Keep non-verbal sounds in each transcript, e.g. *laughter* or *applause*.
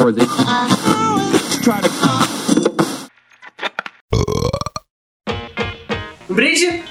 or they try to Um brinde!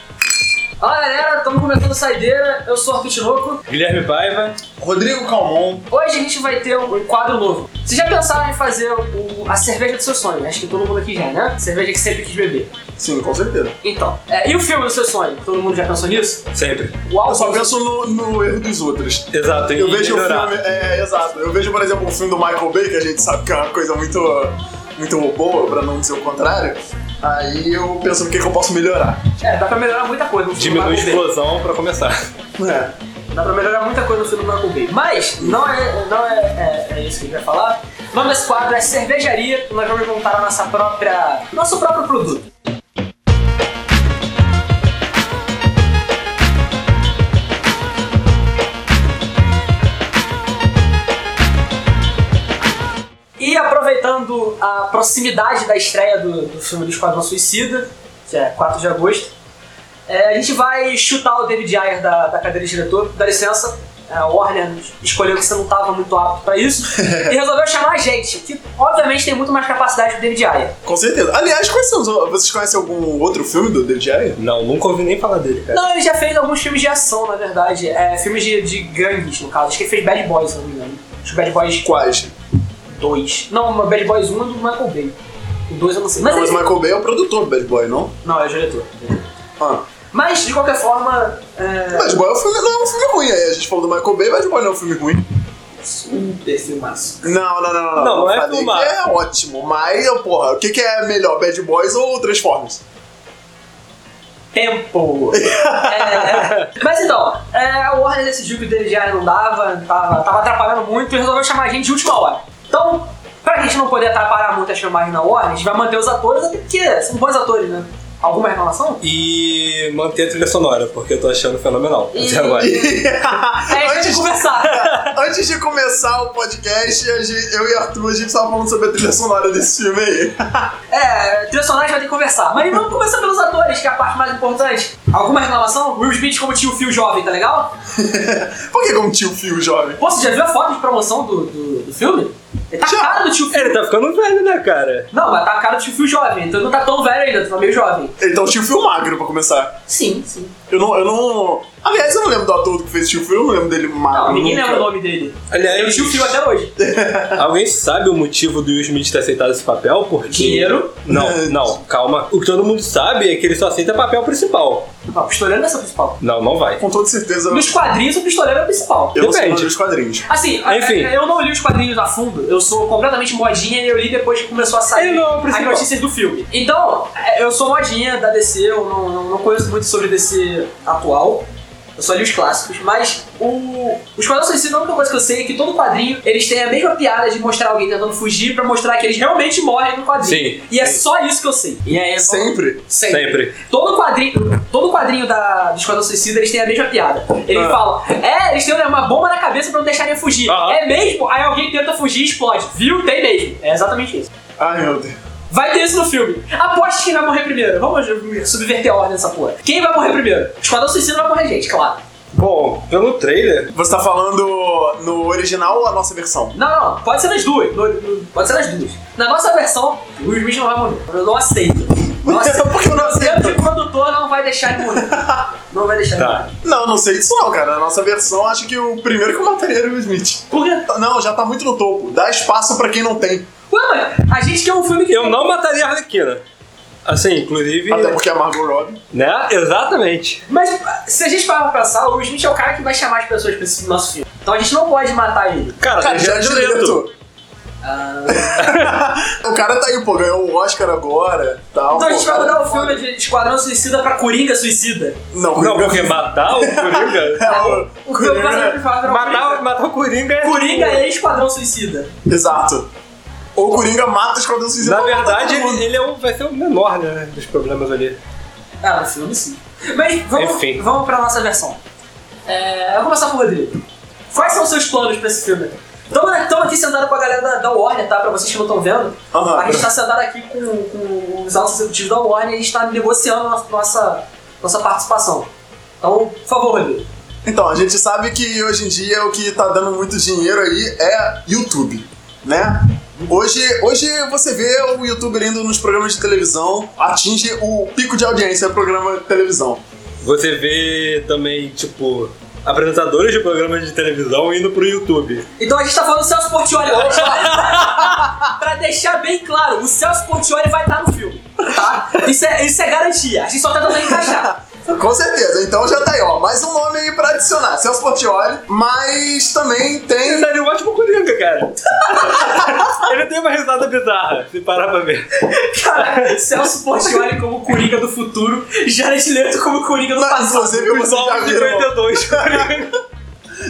Olá galera, estamos começando a saideira. Eu sou o Arthur Tinoco. Guilherme Paiva. Rodrigo Calmon. Hoje a gente vai ter um quadro novo. Vocês já pensaram em fazer o- a cerveja do seu sonho? Acho que todo mundo aqui já, né? Cerveja que sempre quis beber. Sim, com certeza. Então, é, e o filme do seu sonho? Todo mundo já pensou nisso? Sempre. O álbum Eu só do seu penso no, no erro dos outros. Exato. Eu e vejo o melhorar. filme. É, exato. Eu vejo, por exemplo, o filme do Michael Bay, que a gente sabe que é uma coisa muito. Muito boa, pra não dizer o contrário. Aí eu penso no que, que eu posso melhorar. É, dá pra melhorar muita coisa no filme Diminui a do Michael Bay. explosão pra começar. É. Dá pra melhorar muita coisa no filme do Michael Bay. Mas não é, não é, é- é isso que a gente vai falar. O nome desse quadro é Cervejaria. Nós vamos montar a nossa própria, nosso próprio produto. E aproveitando a proximidade da estreia do, do filme do Esquadrão Suicida, que é 4 de agosto, é, a gente vai chutar o David Ayer da, da cadeira de diretor, dá licença. A Warner escolheu que você não estava muito apto pra isso e resolveu chamar a gente, que obviamente tem muito mais capacidade que o David Ayer. Com certeza. Aliás, quais são os, vocês conhecem algum outro filme do David Ayer? Não, nunca ouvi nem falar dele, cara. Não, ele já fez alguns filmes de ação, na verdade. É, filmes de, de gangues, no caso. Acho que ele fez Bad Boys, se eu não me engano. Acho que Bad Boys Quais? 2. Não, mas Bad Boys 1 é do Michael Bay. O 2 eu não sei. Mas, Não, mas o ele- Michael Bay é o produtor do Bad Boy, não? Não, é o diretor. Ah. Mas, de qualquer forma, é, Bad Boy é um filme, não é um filme ruim. Aí a gente falou do Michael Bay, Bad Boy não é um filme ruim. super um filmaço. Não, não, não, não. Não, não é Eu falei filmar. que É ótimo, mas, porra, o que, que é melhor, Bad Boys ou Transformers? Tempo! É, mas então, é, a Warner decidiu que o David Ayer não dava, tá, tava, tava atrapalhando muito e resolveu chamar a gente de última hora. Então, pra gente não poder atrapalhar muito as filmagens na Warner, a gente vai manter os atores, até porque são bons atores, né? Alguma reclamação? E manter a trilha sonora, porque eu tô achando fenomenal E- até agora. É, a gente vai antes, começar. *laughs* antes de começar o podcast, a gente- eu e Arthur, a gente tava falando sobre a trilha sonora desse filme aí. *laughs* É, trilha sonora a gente vai ter que conversar. Mas vamos começar pelos atores, que é a parte mais importante. Alguma reclamação? Will Smith como tio Phil jovem, tá legal? Por que como tio Fio, jovem? Pô, você já viu a foto de promoção do, do, do filme? Ele tá a Já. cara do tio Phil. Ele tá ficando velho, né, cara? Não, mas tá a cara do tio Phil jovem, então ele não tá tão velho ainda, tu tá meio jovem. Então, tio Fio magro, pra começar. Sim, sim. Eu não, eu não... Aliás, eu não lembro do ator que fez tio Fio, eu não lembro dele magro Não, ninguém nunca. lembra o nome dele. Aliás, Ele é o tio Phil até hoje. Alguém sabe o motivo do Will Smith ter aceitado esse papel? Porque... Dinheiro. Não, não, calma. O que todo mundo sabe é que ele só aceita papel principal. Não, o pistoleiro não é seu principal. Não, não vai. Com toda certeza, Nos quadrinhos, o pistoleiro é o principal. eu não sei o nome Depende. dos quadrinhos. Assim, Enfim. é- é- eu não li os quadrinhos a fundo, eu sou completamente modinha e eu li depois que começou a sair Ele não é o as principal. notícias do filme. Então, é, eu sou modinha da DC, eu não, não, não conheço muito sobre DC atual. Eu só li os clássicos, mas o. Os quadrinhos Suicida, a única coisa que eu sei é que todo quadrinho eles têm a mesma piada de mostrar alguém tentando fugir pra mostrar que eles realmente morrem no quadrinho. Sim, e é sim. só isso que eu sei. E é só- Sempre. Sempre. Sempre. Todo quadrinho, todo quadrinho da, do Esquadrão Suicida, eles têm a mesma piada. Eles Ah. falam, é, eles têm uma bomba na cabeça pra não deixarem eu fugir. Aham. É mesmo? Aí alguém tenta fugir e explode. Viu? Tem mesmo. É exatamente isso. Ai, meu Deus. Vai ter isso no filme. Aposte quem vai morrer primeiro. Vamos subverter a ordem dessa porra. Quem vai morrer primeiro? O Esquadrão Suicida vai morrer gente, claro. Bom, pelo trailer, Você tá falando no original ou a nossa versão? Não, não, pode ser nas duas. No- no- pode ser nas duas. Na nossa versão, o Will Smith não vai morrer. Eu não aceito. Não aceito. *laughs* Por que eu não O aceito? de produtor não vai deixar ele *laughs* morrer. Não vai deixar ele Tá. morrer. Não, não sei disso não, cara. Na nossa versão, acho que o primeiro que eu mataria era o Will Smith. Por quê? Não, já tá muito no topo. Dá espaço pra quem não tem. Ué, mas a gente quer um filme que. eu não mataria a Arlequina. Assim, inclusive... Até porque a Margot Robbie. Né? Exatamente. Mas se a gente parar pra pensar, o Will Smith é o cara que vai chamar as pessoas pra esse nosso filme. Então a gente não pode matar ele. Cara, Cara, tem já é Jared Leto. direto. *laughs* Ah, o cara tá aí, pô, ganhou o Oscar agora tal. Então a pô, gente vai cara, mudar o é filme foda. de Esquadrão Suicida pra Coringa Suicida. Não, Não, porque matar o Coringa. *laughs* É, o- O que eu faço pra falar pra matar, Coringa. matar o Coringa é. Coringa é Esquadrão Suicida. Exato. Ou o Coringa mata os Esquadrão Suicida. Na pra matar verdade, todo mundo. ele, ele é o, vai ser o menor né, dos problemas ali. Ah, no filme sim. Mas vamos, Enfim. vamos pra nossa versão. É, eu vou começar com o Rodrigo. Quais são os seus planos pra esse filme? Estamos aqui sentados com a galera da, da Warner, tá? Pra vocês que não estão vendo. Aham. A gente tá sentado aqui com, com os altos executivos da Warner e a gente tá negociando a nossa, nossa participação. Então, por favor, Rodrigo. Então, a gente sabe que hoje em dia o que tá dando muito dinheiro aí é YouTube. né? Hoje, hoje você vê o youtuber indo nos programas de televisão, atinge o pico de audiência do programa de televisão. Você vê também, tipo, apresentadores de programas de televisão indo pro YouTube. Então a gente tá falando do Celso Portioli agora. tá? pra deixar bem claro, o Celso Portioli vai estar no filme, tá? Isso é, isso é garantia. A gente só tá tentando encaixar. Com certeza, então já tá aí, ó. Mais um nome aí pra adicionar, Celso Portioli, mas também tem. *laughs* Ele daria um ótimo coringa, cara. Ele tem uma risada bizarra, se parar pra ver. Cara, *laughs* Celso Portioli como Coringa do futuro, Jared Leto como Coringa do Mas, passado. inclusive, O você já Sol viu 52 *laughs* coringa.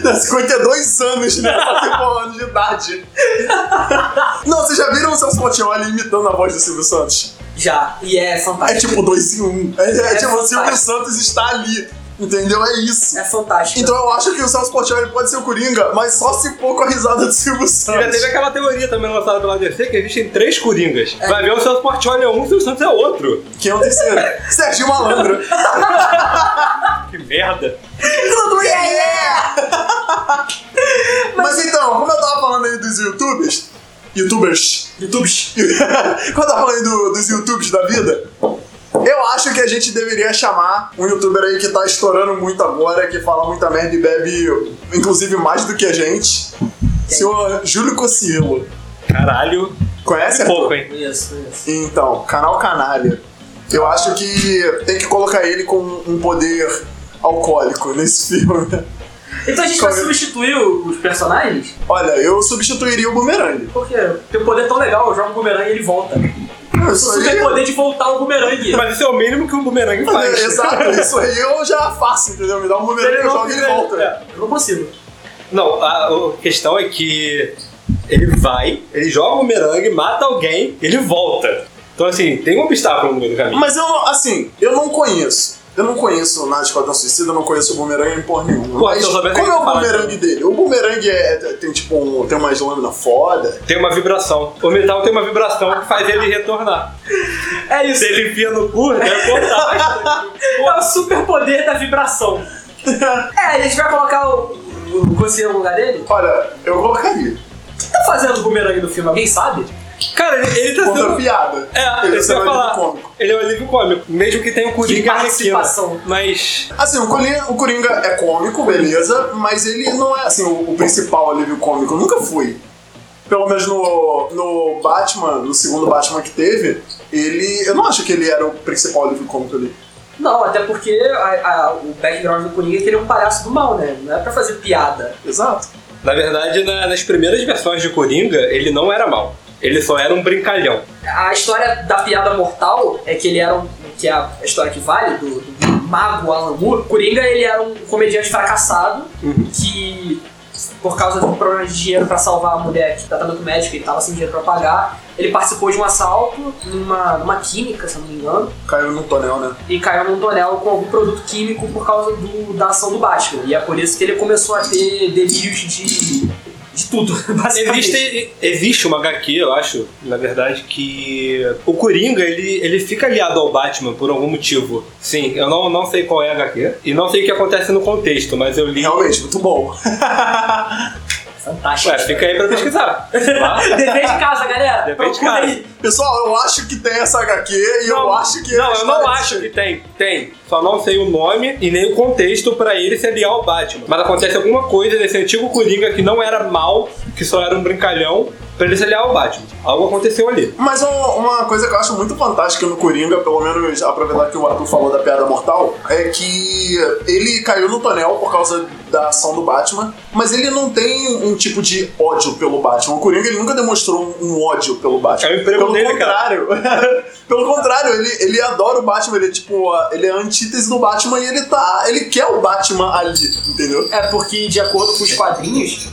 52 anos, né? Só tem por anos de idade. *laughs* Não, vocês já viram o Celso Portioli imitando a voz do Silvio Santos? Já, e é É fantástico. tipo dois em um. É, é É tipo, o Silvio fantástico. Santos está ali. Entendeu? É isso. É fantástico. Então eu acho que o Celso Portioli pode ser o Coringa, mas só se for com a risada do Silvio Já teve Santos. aquela teoria também lançada pela DC que existem três coringas. Vai ver o Celso Portioli é um, o Silvio Santos é outro. Que é o terceiro. *laughs* Serginho Malandro. Que merda. Tudo yeah, É, *laughs* Mas então, como eu tava falando aí dos youtubers... Youtubers. Youtubes. *laughs* Quando eu tava falando aí do- dos youtubers da vida... Eu acho que a gente deveria chamar um youtuber aí que tá estourando muito agora, que fala muita merda e bebe, inclusive, mais do que a gente. Senhor Júlio Cossiello. Caralho. Conhece? Arthur? Pouco, hein? Isso, isso. Então, canal canalha. Eu acho que tem que colocar ele com um poder alcoólico nesse *laughs* filme. Então a gente é? vai substituir o- os personagens? Olha, eu substituiria o bumerangue. Porque tem um poder tão legal, eu jogo o bumerangue e ele volta. Isso Você é tem o aí. poder de voltar o bumerangue. Mas isso é o mínimo que um bumerangue faz. É, *laughs* Exato, isso aí eu já faço, entendeu? Me dá um bumerangue, eu jogo e ele volta. É. Eu não consigo. Não, a, a questão é que ele vai, ele joga o bumerangue, mata alguém, ele volta. Então, assim, tem um obstáculo no meio do caminho. Mas eu, não- assim, eu não conheço. Eu não conheço o Esquadrão Suicida, eu não conheço o bumerangue em porra nenhuma. Pô, então Mas eu como soubesse é que então. eu o falava. bumerangue dele? O bumerangue é, tem tipo um, tem umas lâminas foda. Tem uma vibração. O metal tem uma vibração que faz ele retornar. É Se *laughs* isso. ele enfia no cu, deve voltar. É o super poder da *laughs* vibração. É, a gente vai colocar o, o, o Cossiello no lugar dele? Olha, eu colocaria. O que tá fazendo o bumerangue do filme? Alguém sabe? Cara, ele, ele tá Contra a sendo... piada. É, ele eu sendo ia falar. alívio cômico. Ele é um alívio cômico. Mesmo que tenha o Coringa Que e a Arlequina. participação. Mas Assim, o Coringa, o Coringa é cômico, beleza, mas ele não é, assim, o, o principal alívio cômico. Nunca foi. Pelo menos no, no Batman, no segundo Batman que teve, ele... Eu não acho que ele era o principal alívio cômico ali. Não, até porque a- a- o background do Coringa é que ele é um palhaço do mal, né? Não é pra fazer piada. Exato. Na verdade, na- nas primeiras versões de Coringa, ele não era mal. Ele só era um brincalhão. A história da piada mortal é que ele era um. que é a história que vale, do, do mago Alan Moore. Coringa, ele era um comediante fracassado que, por causa de um problema de dinheiro pra salvar a mulher que tratamento médico e tava sem dinheiro pra pagar, ele participou de um assalto numa, numa química, se eu não me engano, Caiu no tonel, né? e caiu num tonel com algum produto químico por causa do, da ação do Batman. E é por isso que ele começou a ter delírios de. de tudo, *laughs* basicamente. Existe, existe uma HQ, eu acho, na verdade, que o Coringa, ele, ele fica aliado ao Batman por algum motivo. Sim, eu não, não sei qual é a HQ e não sei o que acontece no contexto, mas eu li... Realmente, muito bom. *laughs* Fantástico. Ué, *laughs* fica aí pra pesquisar. *laughs* Lá. Dever de casa, galera. Dever de Procura casa. aí. Pessoal, eu acho que tem essa HQ e eu acho que... Não, a eu história não é acho desse que tem. Tem. Só não sei o nome e nem o contexto pra ele se aliar ao Batman. Mas acontece alguma coisa desse antigo Coringa que não era mal, que só era um brincalhão, pra ele se aliar ao Batman. Algo aconteceu ali. Mas um- uma coisa que eu acho muito fantástica no Coringa, pelo menos aproveitar que o Arthur falou da piada mortal, é que ele caiu no tonel por causa da ação do Batman, mas ele não tem um tipo de ódio pelo Batman. O Coringa ele nunca demonstrou um- um ódio pelo Batman. É o emprego pelo dele, contrário. *laughs* pelo contrário, ele, ele adora o Batman, ele é tipo, a- ele é a antítese do Batman e ele tá. ele quer o Batman ali, entendeu? É porque, de acordo com os quadrinhos,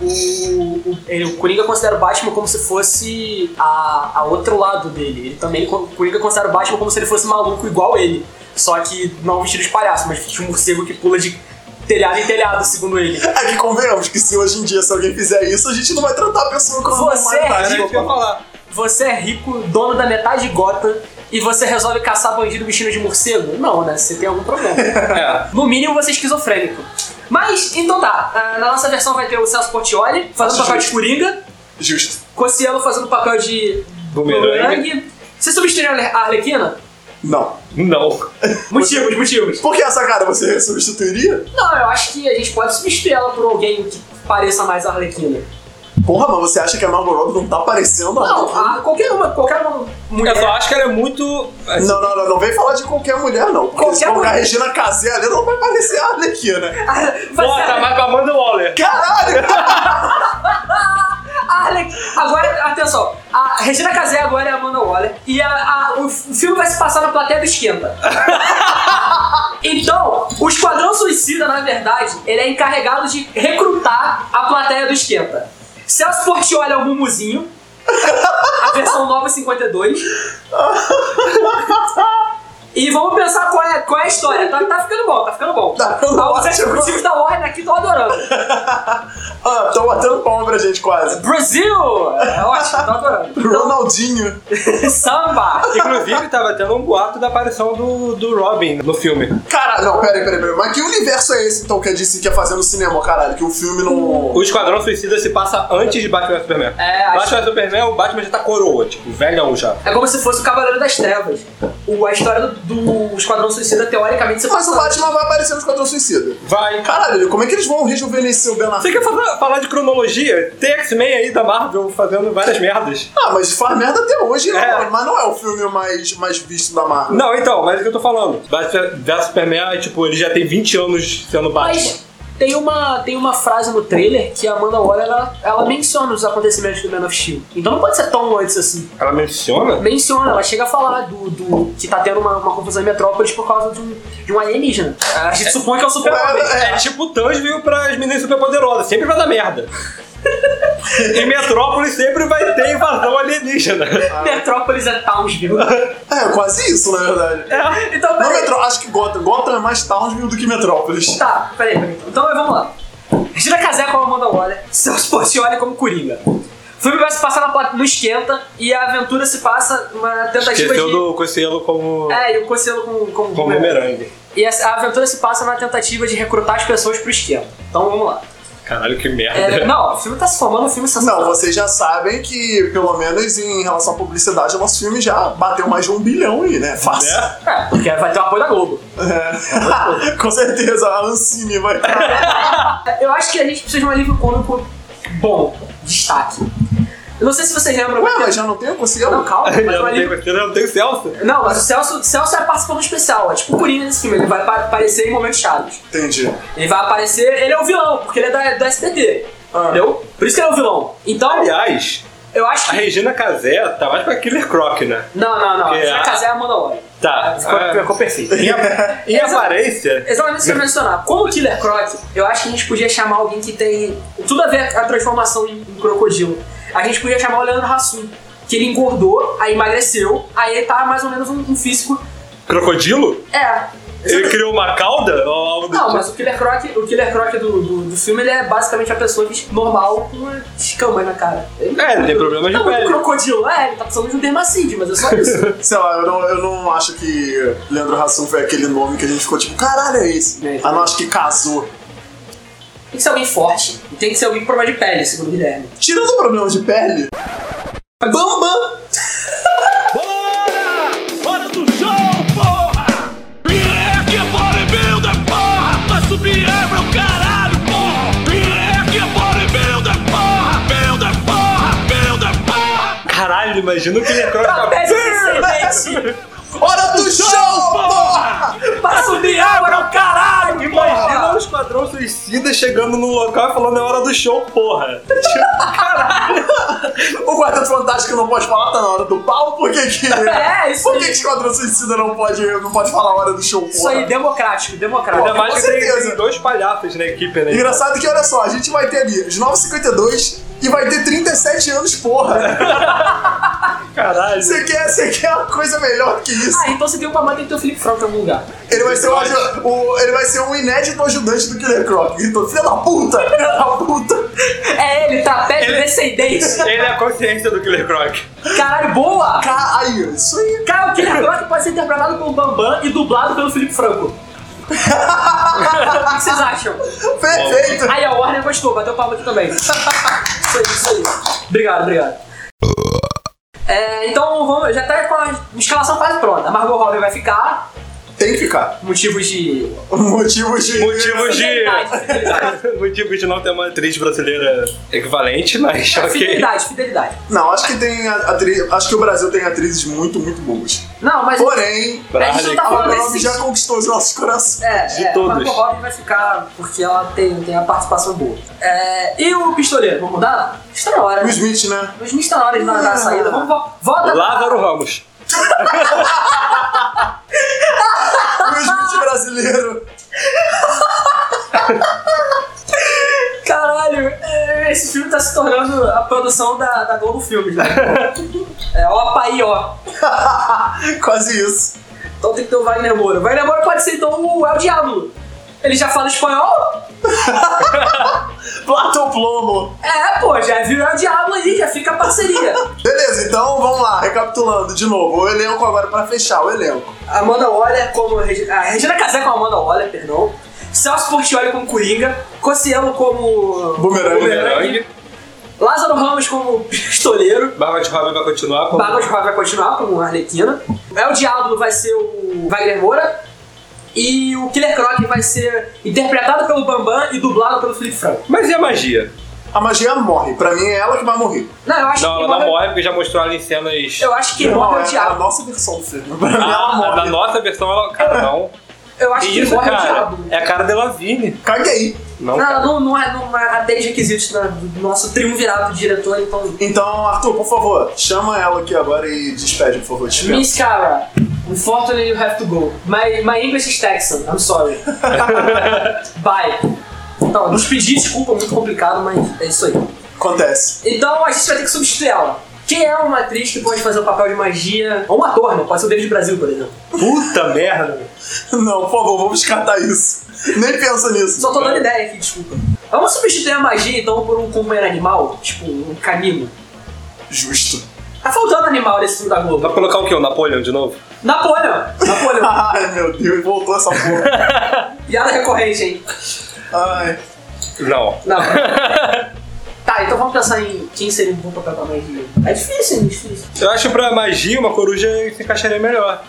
o, o, ele- o Coringa considera o Batman como se fosse a, a outro lado dele. Ele também, o Coringa considera o Batman como se ele fosse maluco igual ele. Só que não vestido de palhaço, mas de um morcego que pula de telhado em telhado, segundo ele. É que convenhamos que se hoje em dia, se alguém fizer isso, a gente não vai tratar a pessoa como Você uma é imagem. Era isso que eu ia falar. Você é rico, dono da metade de Gotham, e você resolve caçar bandido vestido de morcego? Não, né? Você tem algum *laughs* problema. É. No mínimo você é esquizofrênico. Mas, então tá. Ah, Na nossa versão vai ter o Celso Portioli fazendo Acho papel de justo. Coringa. Justo. Cossielo fazendo o papel de Bumerangue. bumerangue. Você substituiria a Arlequina? Não. Não. Motivos, motivos. Por que essa cara você substituiria? Não, eu acho que a gente pode substituir ela por alguém que pareça mais a Arlequina. Porra, mas você acha que a Margot Robbie não tá parecendo? Não, a- qualquer uma, qualquer uma mulher. Eu só acho que ela é muito. assim, Não, não, não, não vem falar de qualquer mulher, não. Porque Qualquer se colocar a mulher. Regina Casé ali, não vai parecer a Arlequina. *laughs* Vai Porra, ser tá mais pra Amanda Waller. Caralho! A Arle- Agora, atenção, a Regina Casé agora é a Amanda Waller e a- a- o, f- o filme vai se passar na plateia do *laughs* Esquenta. Então, o Esquadrão Suicida, na verdade, ele é encarregado de recrutar a plateia do Esquenta. Celso Portiolli é o Mumuzinho, a versão nova 52. E vamos pensar qual é, qual é a história. Tá, tá ficando bom, tá ficando bom. Tá ficando Ah, Os ótimo. executivos da Warner aqui estão adorando. Ah, tão batendo palma pra gente quase. Brasil! É ótimo, tô adorando. Ronaldinho. Samba! Inclusive, tava tendo um boato da aparição do, do Robin no filme. Caralho, não, peraí, peraí, peraí. Mas que universo é esse, então, que a DC quer fazer no cinema, caralho? Que o filme não... O Esquadrão Suicida se passa antes de Batman e Superman. É, acho- Batman e Superman, o Batman já tá coroa, tipo, velhão já. É como se fosse o Cavaleiro das Trevas. O, a história do, do Esquadrão Suicida, teoricamente, se Mas passa. o Batman vai aparecer no Esquadrão Suicida. Vai. Caralho, como é que eles vão rejuvenescer o Ben Você Affleck? quer falar, falar de cronologia? Tem X-Men aí da Marvel fazendo várias merdas. Ah, mas faz merda até hoje, né? É. Mas não é o filme mais, mais visto da Marvel. Não, então, mas é o que eu tô falando. Batman vs Superman, tipo, ele já tem 20 anos sendo Batman. Mas tem uma, tem uma frase no trailer que a Amanda Waller ela, ela menciona os acontecimentos do Man of Steel. Então não pode ser tão antes assim. Ela menciona? Menciona, ela chega a falar do, do que tá tendo uma, uma confusão em Metrópolis por causa de um, de um alienígena. A gente supõe que é o Super-Homem. É, É tipo o Thanos veio pras meninas superpoderosas, sempre vai *laughs* dar merda. em Metrópolis sempre vai ter invasão alienígena. Metrópolis é Townsville. É, quase isso, na verdade. Então, É. Não, peraí. Metro... Acho que Gotham. Gotham é mais Townsville do que Metrópolis. Tá, peraí, peraí. Então vamos lá. Regina Casé como Amanda Waller, *laughs* Celso Portiolli como Coringa. O filme vai se passar na pla- no Esquenta e a aventura se passa numa tentativa Esqueceu tipo de... do Cosselo como. É, e o Conselho com, com, Como bumerangue. E a, a aventura se passa na tentativa de recrutar as pessoas pro Esquenta. Então vamos lá. Caralho, que merda. É, *laughs* não, o filme tá se formando um filme sensacional. Não, vocês já sabem que, pelo menos em relação à publicidade, o nosso filme já bateu mais de um bilhão aí, né? Fácil. Né? É, porque vai ter o apoio da Globo. É. *laughs* Com certeza, a Ancine vai estar. Eu acho que a gente precisa de um alívio cômico bom, destaque. Eu não sei se vocês lembram... Ué, mas já não tem o conselho? Não, *laughs* calma, mas Eu um não alívio tenho Cosselo, eu não tenho Celso. Não, mas o Celso, Celso é participante especial, é tipo o Coringa nesse filme, ele vai pa- aparecer em momentos chaves. Entendi. Ele vai aparecer, ele é o vilão, porque ele é da, do SBT. Ah. Entendeu? Por isso que ele é o vilão. Então, Aliás, eu acho a que. Regina Casé tá mais pra Killer Croc, né? Não, não, não. Que Se a- a casar é a Amanda Waller. Tá. Ficou, Ah. ficou perfeito. Em, *laughs* *laughs* a- em Exato. aparência. Exatamente o que você mencionar. Como o Killer Croc, eu acho que a gente podia chamar alguém que tem tudo a ver com a transformação em, em crocodilo. A gente podia chamar o Leandro Hassum, que ele engordou, aí emagreceu, aí ele tá mais ou menos um, um físico. Crocodilo? É. Ele criou uma cauda ou algo do Não, tipo? mas o Killer Croc, o Killer Croc do, do, do filme ele é basicamente a pessoa que- é normal com uma escama na cara. Ele É, ele tem problema tá de muito pele. crocodilo, é, ele tá precisando de um dermacídio, mas é só isso. *laughs* Sei lá, eu não, eu não acho que Leandro Hassum foi aquele nome que a gente ficou tipo, caralho, é esse. É. Ah, não, acho que casou. tem que ser alguém forte e tem que ser alguém com problema de pele, segundo o Guilherme. Tirando o problema de pele, Bambam Bora! Hora do show, porra! Moleque é bodybuilder, porra! Vai subir é meu caralho, porra! Moleque é bodybuilder, porra! Builder, porra! Builder, porra! Caralho, imagina o é Killer Croc. Tá Trapézio *laughs* descendente! Hora do show, porra! Para subir água no caralho! Imagina o Esquadrão Suicida chegando no local e falando é hora do show, porra. *laughs* O Guarda Fantástico não pode falar, tá na hora do pau, por que *laughs* que... *laughs* É, isso Por que aí. que Esquadrão Suicida não pode, não pode falar a hora do show, porra? Isso aí, democrático, Ainda democrático. Porra. mais com que tem, certeza. tem dois palhaços na equipe, né? Engraçado que, olha só, a gente vai ter ali os 9,52 e vai ter 37 anos, porra. É. Caralho. Você quer, você quer uma coisa melhor que isso? Ah, então você tem uma mãe tem que ter o Felipe Franco em algum *laughs* lugar. Ele vai ser, o, aju- o- ele vai ser um inédito ajudante do Killer Croc. Gritou, filha da puta, filha da puta. É ele, trapézio Ele- descendente! Ele é a consciência do Killer Croc. Caralho, boa! Ca- Aí, isso aí. Cara, o Killer Croc pode ser interpretado pelo Bambam e dublado pelo Felipe Franco. o que vocês acham? Perfeito. Aí a Warner gostou, bateu palma aqui também. Isso aí, isso aí. Obrigado, obrigado. É, então vamos, já tá com a escalação quase pronta. A Margot Robbie vai ficar, Tem que ficar. *laughs* motivos de. Motivo de. Motivos Fidelidade, fidelidade. *laughs* de. Motivos de não ter uma atriz brasileira equivalente, mas ok. Fidelidade, fidelidade. Não, acho que tem a- atriz. Acho que o Brasil tem atrizes muito, muito boas. Não, mas. Porém, a gente não tá a falando Prove desse. já conquistou os nossos corações. É, de é, todos. A Margot Robbie vai ficar porque ela tem, tem a participação boa. É, e o pistoleiro, vamos mudar? Está na hora. O Smith, né? Os meninos estão na hora de dar a saída. Vamos, vo- vota. Lázaro Ramos. O Smith brasileiro. *laughs* Caralho, é, esse filme tá se tornando a produção da, da Globo Filmes, *laughs* né? é, ó, pai, ó. Quase isso. Então tem que ter o Wagner Moura. O Wagner Moura pode ser então o El Diablo. Ele já fala espanhol? Plato Plomo. É, pô, já viu El Diablo aí, já fica a parceria. Beleza, então vamos lá, recapitulando de novo. O elenco agora pra fechar, o elenco. *laughs* Amanda Waller como. Regi- A Regina Casé como Amanda Waller, perdão. Celso Portioli como Coringa. Cossiello como. Bumerangue. Bumerangue. Lázaro Ramos como *laughs* pistoleiro. Margot Robbie vai continuar como Barba de Rock vai continuar como Arlequina. É o Diablo vai ser o Wagner Moura. E o Killer Croc vai ser interpretado pelo Bambam e dublado pelo Felipe Franco. Mas e a magia? A magia morre. Pra mim é ela que vai morrer. Não, eu acho Não, que. ela não morre porque já mostrou ela em cenas. Eu acho que Não, morre é o A Diablo. nossa versão do filme. Pra mim ela Ah, na morre. nossa versão, ela. Cara, não. Eu acho Que que isso, morre o cara? Diablo. É a cara de Lavigne. Caguei. Não, cara. Não, não, não é, não é até os requisitos da- do nosso triunvirato de diretor, então. Então, Arthur, por favor, chama ela aqui agora e despede, por favor. Te peço. Miss Cara, unfortunately you have to go. My, my English is Texan, I'm *laughs* sorry. Bye. Então, nos pedir desculpa, muito complicado, mas é isso aí. Acontece. *laughs* Então a gente vai ter que substituir ela. Quem é uma atriz que pode fazer o papel de magia? Ou um ator, né? Pode ser o David Brasil, por exemplo. Puta merda. Não, por favor, vamos descartar isso. Nem pensa nisso. Só tô dando ideia aqui, desculpa. Vamos substituir a magia, então, por um companheiro animal? Tipo, um canino. Justo. *laughs* Tá faltando animal nesse filme da Globo. Vai colocar o quê? O Napoleon de novo? Napoleon! Napoleon. *laughs* Ai, meu Deus, voltou essa porra. Piada recorrente, hein? Ai. Não. Não. Tá, então vamos pensar em quem seria um bom papel pra magia. É difícil, hein? Difícil. Eu acho pra magia uma coruja se encaixaria melhor.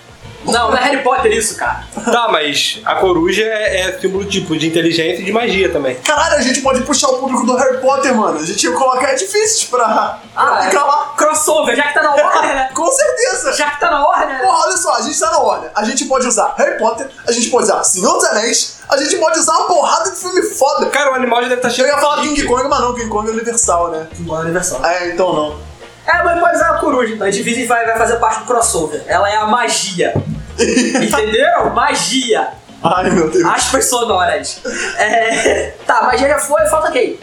Não, não é Harry Potter isso, cara. Tá, mas a coruja é, é símbolo tipo de inteligência e de magia também. Caralho, a gente pode puxar o público do Harry Potter, mano. A gente ia colocar edifícios pra, pra Ah, é. ficar lá. Crossover, já que tá na *laughs* ordem, né? Com certeza. Já que tá na ordem, né? Porra, olha só, a gente tá na ordem. A gente pode usar Harry Potter, a gente pode usar Senhor dos Anéis, a gente pode usar uma porrada de filme foda. Cara, o animal já deve estar cheio Eu ia falar de King dica. Kong, mas não, King Kong é universal, né? Embora universal. É, então não. É, mas pode usar a coruja, então. A Divide vai, vai fazer parte do crossover. Ela é a magia. Entendeu? Magia. *laughs* Ai, meu Deus. Aspas sonoras. É... Tá, magia já foi, falta quem?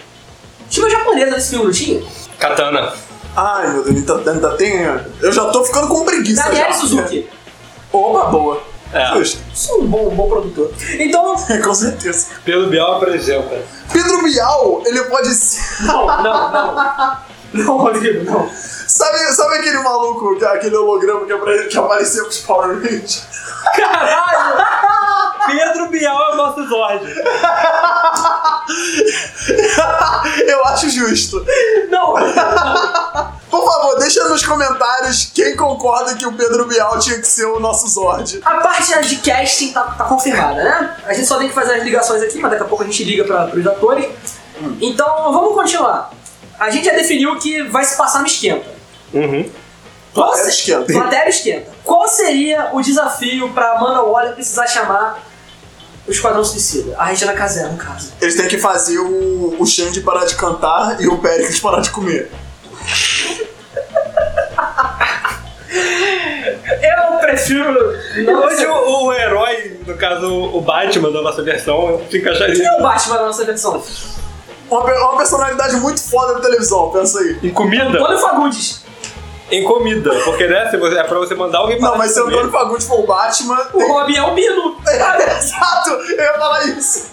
Tinha uma japonesa nesse filme, não tinha? Katana. Ai, meu Deus, tá, ainda, ainda tem. Eu já tô ficando com preguiça. Daniele é já. Suzuki. Opa, boa. É. Justo. *laughs* Isso é um bom, um bom produtor. Então. Com certeza. Pelo Bial apresenta. Pedro Bial, ele pode ser. Não, não, não. Não, Rodrigo, não. Sabe, sabe aquele maluco, que- aquele holograma que, apare- que apareceu com os Power Rangers? *laughs* Caralho! Pedro Bial é o nosso Zord. Eu acho justo. Não! Por favor, deixa nos comentários quem concorda que o Pedro Bial tinha que ser o nosso Zord. A parte de casting tá, tá confirmada, né? A gente só tem que fazer as ligações aqui, mas daqui a pouco a gente liga para os atores. Então, vamos continuar. A gente já definiu que vai se passar no esquenta. Uhum. Qual Platéria se- esquenta. Platéria esquenta. Qual seria o desafio pra Amanda Waller precisar chamar o Esquadrão Suicida? A Regina Casé, no caso. Eles têm que fazer o, o Xande parar de cantar e o Péricles parar de comer. Eu prefiro... Hoje o, o herói, no caso o Batman da nossa versão, se Quem encaixaria é o Batman na nossa versão? Uma, pe- uma personalidade muito foda da televisão, pensa aí. em comida. Antônio Fagundes. Em comida. Porque, né, se você, é pra você mandar alguém Não, parar mas de se o comer. Antônio Fagundes for *laughs* o Batman. O tem- Robin é o Mino. *laughs* Exato, eu ia falar isso.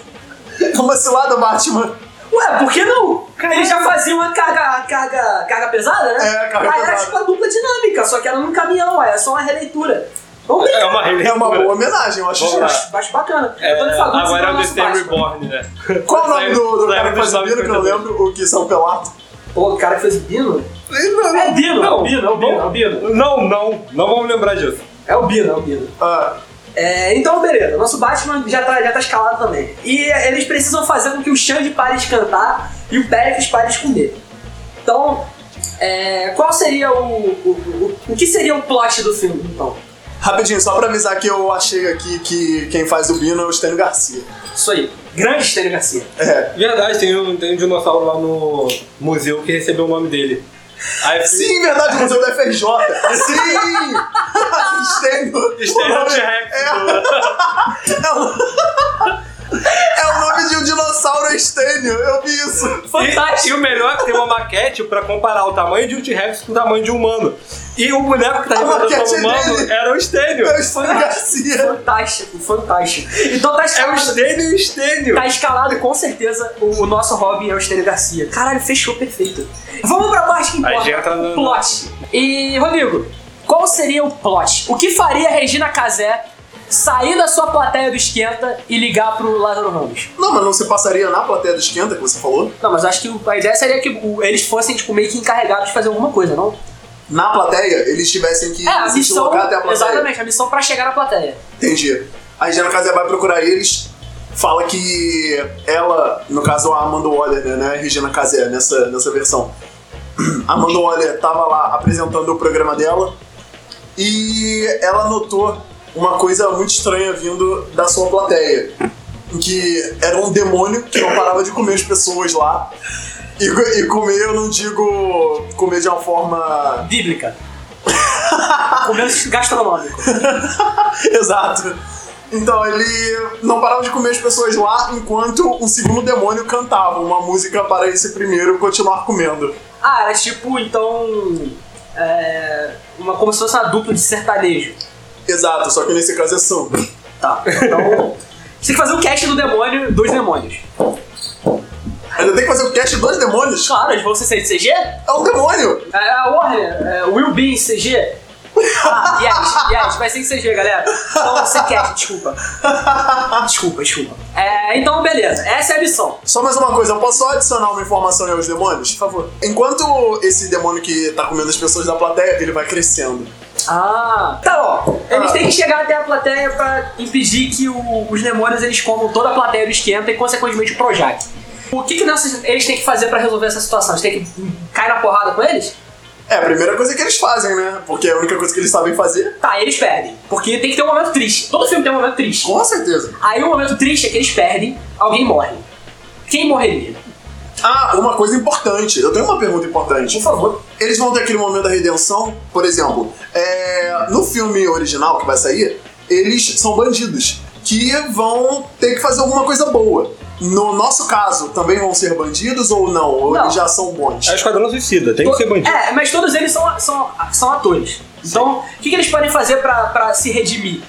É Uma cilada, Batman. Ué, por que não? Ele já fazia uma carga, carga, carga pesada, né? É, carga Aí era pesada. tipo a dupla dinâmica, só que era num caminhão, é só uma releitura. Vamos ver. É uma É releitura. uma boa homenagem, eu acho Vamos lá. justo. Acho, acho bacana. É, Antônio Fagundes agora é então, o nosso The Stay Batman. Reborn, né? Qual o nome do, do Saiu cara dos que faz o nove Miro que eu não contadores. lembro? O que são pelado? Pô, o cara que fez o Bino? Não, É Bino, é o Bino, é o Bino, é o Bino. Não, não, não vamos lembrar disso. É o Bino, é o Bino. Ah, É, então, beleza, nosso Batman já tá, já tá escalado também. E eles precisam fazer com que o Xande pare de cantar e o Pérez pare de comer. Então, é, qual seria o o, o. o que seria o plot do filme, então? rapidinho, só pra avisar que eu achei aqui que quem faz o Bino é o Stênio Garcia. Isso aí. Grande Estênio Garcia. É. Verdade, tem um, tem um dinossauro lá no museu que recebeu o nome dele. Aí eu fiquei- Sim, verdade, o Museu da FRJ. *laughs* Sim! Stênio. Estéreo T-Rex. É o- É o nome de um dinossauro Stênio, eu vi isso. E, e o melhor é que tem uma maquete pra comparar o tamanho de um T-Rex com o tamanho de um humano. E o boneco que tá A representando maquete o humano dele. era um o Stênio. É o Stênio Garcia. Fantástico, fantástico. Então tá É o escalado. Stênio e o Stênio. Tá escalado com certeza o, o nosso Robin é o Estênio Garcia. Caralho, fechou perfeito. Vamos pra parte que Aí importa. já entra no- Plot. E, Rodrigo, qual seria o plot? O que faria Regina Casé sair da sua plateia do Esquenta e ligar pro Lázaro Ramos? Não, mas não se passaria na plateia do Esquenta, que você falou? Não, mas acho que o- a ideia seria que o- eles fossem, tipo, meio que encarregados de fazer alguma coisa, não? Na plateia, eles tivessem que É, a se missão. deslocar até a plateia. Exatamente, a missão pra chegar na plateia. Entendi. A Jana Casé vai procurar eles, fala que ela, no caso a Amanda Waller, né, né Regina Casé, nessa, nessa versão. *clears throat* A Amanda Waller tava lá apresentando o programa dela e ela notou uma coisa muito estranha vindo da sua plateia. em Que era um demônio que não parava de comer as pessoas lá. E, co- e comer, eu não digo comer de uma *laughs* forma Bíblica. Começo gastronômico. *laughs* Exato. Então ele não parava de comer as pessoas lá enquanto um segundo demônio cantava uma música para esse primeiro continuar comendo. Ah, era tipo, então. É, uma, como se fosse uma dupla de sertanejo. Exato, só que nesse caso é samba. Tá. Então. você tem que fazer o cast do demônio, dos demônios. Ainda tem que fazer o cast dois demônios? Claro, eles vão ser sem CG? É, É um demônio! a Warner, é, Will Be em CG? Ah, yes, yes, vai ser em CG, galera. Então, sem cast, desculpa. Desculpa, desculpa. É, então, beleza, essa é a missão. Só mais uma coisa, eu posso só adicionar uma informação aí aos demônios? Por favor. Enquanto esse demônio que tá comendo as pessoas da plateia, ele vai crescendo. Ah, tá bom. Eles Ah. têm que chegar até a plateia pra impedir que o- os demônios eles comam toda a plateia do esquenta e, consequentemente, o Projac. O que, que nós- eles têm que fazer pra resolver essa situação? Eles têm que hum, cair na porrada com eles? É a primeira coisa que eles fazem, né? Porque é a única coisa que eles sabem fazer. Tá, eles perdem. Porque tem que ter um momento triste. Todo filme tem um momento triste. Com certeza. Aí o momento triste é que eles perdem, alguém morre. Quem morreria? Ah, uma coisa importante. Eu tenho uma pergunta importante. Por favor. Eles vão ter aquele momento da redenção, por exemplo, é, no filme original que vai sair, eles são bandidos que vão ter que fazer alguma coisa boa. No nosso caso, também vão ser bandidos ou não? Ou Não. eles já são bons? É o Esquadrão Suicida, tem que ser bandido. É, mas todos eles são, são, são atores. Então, o que, que eles podem fazer pra, pra se redimir?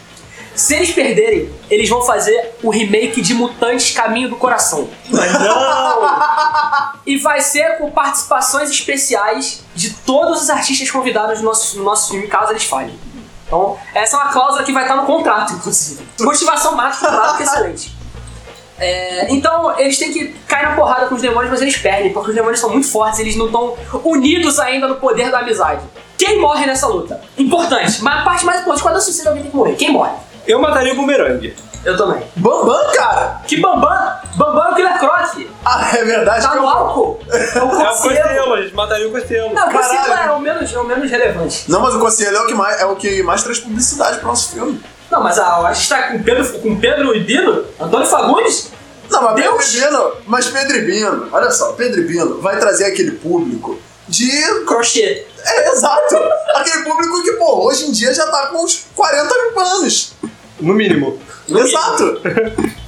Se eles perderem, eles vão fazer o remake de Mutantes Caminho do Coração. Não! *laughs* E vai ser com participações especiais de todos os artistas convidados no nosso, no nosso filme, caso eles falhem. Então, essa é uma cláusula que vai estar no contrato, inclusive. Motivação mata o contrato, que é excelente. É, então, eles têm que cair na porrada com os demônios, mas eles perdem, porque os demônios são muito fortes, eles não estão unidos ainda no poder da amizade. Quem morre nessa luta? Importante, mas a parte mais importante, quando a suicida alguém tem que morrer. Quem morre? Eu mataria o bumerangue. Eu também. Bambam, cara! Que Bambam! Bambam é o Killer Croc! Ah, *laughs* é verdade. Tá que eu- no álcool! É o É o Cocelo! Costelo, a gente mataria o Costelo. Não, o Cocelo Caralho. é o menos, é o menos relevante. Não, mas o Conselho é o que mais, é o que mais traz publicidade pro nosso filme. Não, mas a, a gente tá com Pedro, com Pedro e Bino? Antônio Fagundes? Não, mas Deus! Pedro e Bino, mas Pedro e Bino, olha só, Pedro e Bino vai trazer aquele público de Crochê. É, exato. Aquele público que, pô, hoje em dia já tá com uns 40 anos. No mínimo. Exato.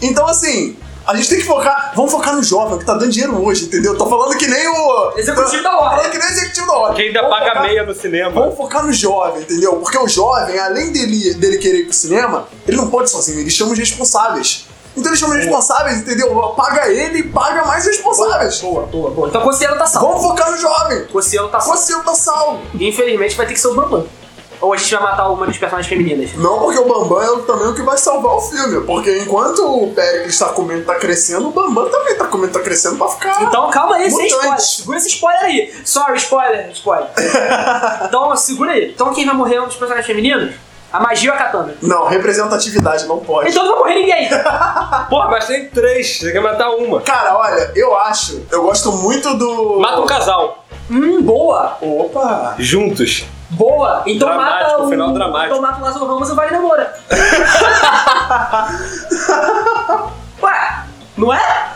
Então, assim, a gente tem que focar. Vamos focar no jovem, que tá dando dinheiro hoje, entendeu? Tô falando que nem o. Executivo da Tô hora. Falando que nem o executivo da hora. Quem ainda Vamos paga focar- meia no cinema. Vamos focar no jovem, entendeu? Porque o jovem, além dele, dele querer ir pro cinema, ele não pode sozinho, ele chama os responsáveis. Então eles chamam os responsáveis, entendeu? Paga ele e paga mais responsáveis. Boa, boa. Então o Cossielo tá salvo. Vamos focar no jovem. O Cossielo tá salvo. Você tá salvo. E, Infelizmente vai ter que ser o Bambam. Ou a gente vai matar alguma das personagens femininas. Não porque o Bambam é também o que vai salvar o filme. Porque enquanto o Pericles tá comendo tá crescendo, o Bambam também tá comendo tá crescendo pra ficar. Então calma aí, sem Mutante. spoiler. Segura esse spoiler aí. Sorry, spoiler, *laughs* spoiler. então segura aí. Então quem vai morrer é um dos personagens femininos? A magia ou a katana? Não, representatividade não pode. Então não vai morrer ninguém. Porra, mas tem três, você quer matar uma. Cara, olha, eu acho, eu gosto muito do. Mata um casal. hum, boa. Opa! Juntos. Boa. Então Dramático, mata o... final dramático. Então mata o Lázaro Ramos e o Wagner *laughs* Moura. Ué, não é?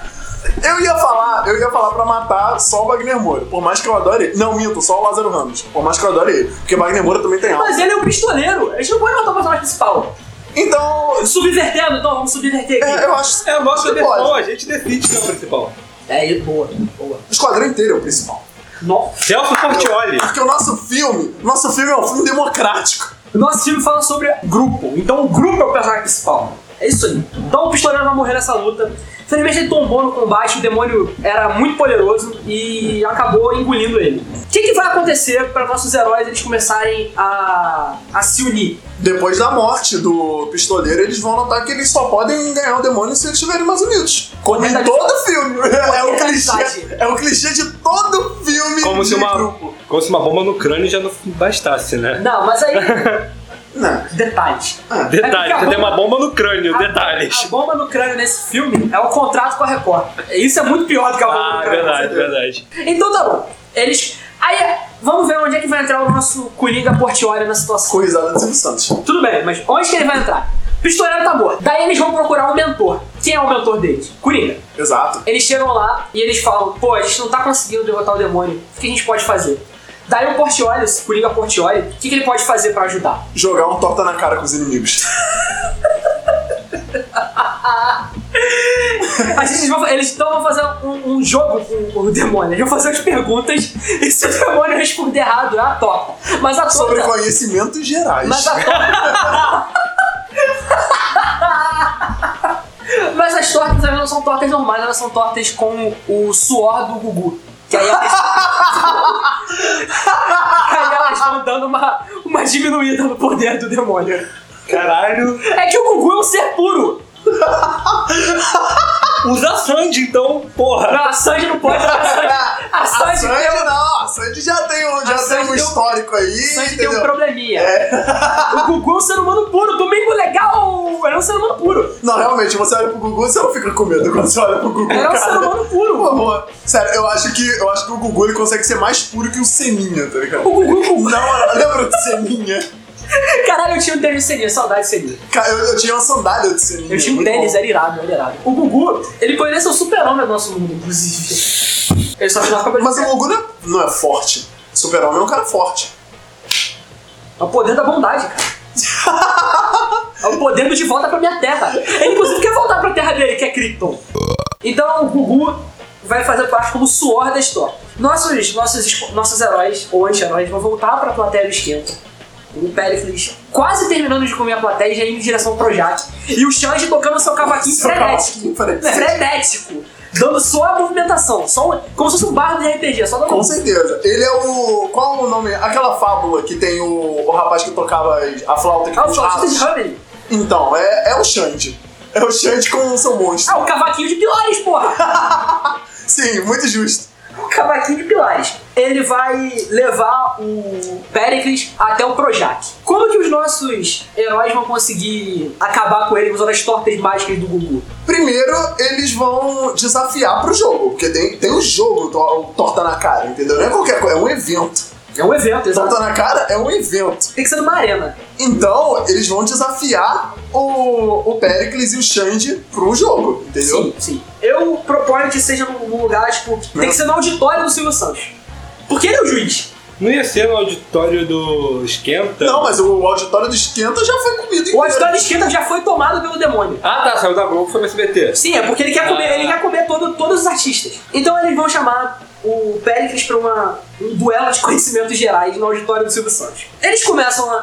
Eu ia falar, eu ia falar pra matar só o Wagner Moura. Por mais que eu adore ele. Não, minto, só o Lázaro Ramos. Por mais que eu adore ele. Porque o Wagner Moura também tem alma. Mas ele é um pistoleiro. A gente não pode matar o personagem principal. Então. Subvertendo, então vamos subverter É, aqui. eu acho. É a nossa que versão, pode. a gente decide que é o principal. É, isso, boa, boa. O esquadrão inteiro é o principal. Nossa. Celso Fortioli. Porque o nosso filme, o nosso filme é um filme democrático. O nosso filme fala sobre grupo, então o grupo é o personagem principal. É isso aí. Então o pistoleiro vai morrer nessa luta. Infelizmente ele tombou no combate, o demônio era muito poderoso e acabou engolindo ele. O que, que vai acontecer para nossos heróis eles começarem a, a se unir? Depois da morte do pistoleiro, eles vão notar que eles só podem ganhar o demônio se eles estiverem mais unidos. Como em Verdade. todo filme. É o Verdade. clichê. É o clichê de todo filme Como de se, uma, grupo. como se uma bomba no crânio já não bastasse, né? Não, mas *laughs* aí. Não. detalhes. Detalhe, É porque a você tem uma bomba no A- crânio, detalhes. A bomba no crânio nesse filme é o contrato com a Record. Isso é muito pior do que a bomba Ah, no crânio. verdade, entendeu? verdade. Então tá bom. Eles. Aí, vamos ver onde é que vai entrar o nosso Coringa Portiolli na situação. Com risada do Silvio Santos. Tudo bem, mas onde que ele vai entrar? Pistoleiro tá morto. Daí eles vão procurar um mentor. Quem é o mentor deles? Coringa. Exato. Eles chegam lá e eles falam: pô, a gente não tá conseguindo derrotar o demônio. O que a gente pode fazer? Daí o Portiolli, esse Coringa Portiolli, o que, que ele pode fazer pra *laughs* ajudar? Jogar um torta na cara com os inimigos. A gente vão, eles então vão fazer um, um jogo com o demônio. Eles vão fazer as perguntas *laughs* e se o demônio responder errado, é a torta. Mas a é torta. Sobre conhecimentos gerais. Então, Mas a torta. Mas as tortas elas não são tortas normais, elas são tortas com o suor do Gugu. Que aí elas, Que *laughs* aí elas vão dando uma, uma diminuída no poder do demônio. Caralho. É que o Gugu é um ser puro. Usa Sandy, então, porra. Não, a Sanji não pode. A Sanji, a A Sanji, Sandy tem, um- não, a Sandy já tem um, já Sandy tem um tem um- histórico aí, a Sanji tem um entendeu? probleminha. O Gugu é um ser humano puro. Domingo legal! Era um ser humano puro. Não, realmente, você olha pro Gugu, você não fica com medo quando você olha pro Gugu, Era um cara. ser humano *laughs* puro. Por favor. Sério, eu acho que eu acho que o Gugu ele consegue ser mais puro que o Seninha, tá ligado? O Gugu. Não, lembra do Seninha? Caralho, eu tinha um tênis seria, saudade seria. Cara, eu, eu tinha uma sandália do Seninha. Eu tinha um muito tênis, bom. era irado, era irado. O Gugu, ele poderia ser o super-homem do nosso mundo, inclusive. Ele só tinha uma cabelo. Mas o Gugu não é, não é forte. Super-Homem é um cara forte. É o poder da bondade, cara. *laughs* É o poder do de volta pra minha terra. Ele, inclusive, quer voltar pra terra dele, que é Krypton. Então, o Gugu vai fazer parte como suor da história. Nossos, nossos, espo- nossos heróis, ou anti-heróis, vão voltar pra plateia do esquenta. O Pericles quase terminando de comer a plateia e já indo em direção ao Projac. E o Xande tocando seu cavaquinho Seu frenético. cavaquinho frenético. Frenético. Dando só a movimentação. Só um- como se fosse um bardo de RPG. Só dando um- Com certeza. Ele é o. Qual o nome? Aquela fábula que tem o, o rapaz que tocava a flauta que Ah, tem o os Fausto de ratos. Hamlin. Então, é, é o Xande. É o Xande com o seu monstro. Ah, o cavaquinho de Pilares, porra! Sim, muito justo. o cavaquinho de pilares. Ele vai levar o Pericles até o Projac. Como que os nossos heróis vão conseguir acabar com ele usando as tortas mágicas do Gugu? Primeiro, eles vão desafiar pro jogo, porque tem, tem um jogo, to- o Torta na Cara, entendeu? Não é qualquer coisa, é um evento. É um evento, exato. Torta na Cara é um evento. Tem que ser numa arena. Então, eles vão desafiar o, o Pericles e o Xande pro jogo, entendeu? Sim, sim. Eu proponho que seja num num lugar, tipo, tem que ser no auditório do Silvio Santos. Porque ele é o juiz. Não ia ser no auditório do Esquenta? Não, mas o auditório do Esquenta já foi comido inteiro. O auditório esquerda já foi tomado pelo demônio. Ah, tá, saiu da Globo, foi no SBT. Sim, é porque ele quer comer, Ah. ele quer comer todo- todos os artistas. Então eles vão chamar o Pericles pra uma, um duelo de *laughs* conhecimentos gerais no auditório do Silvio Santos. Eles começam a- a-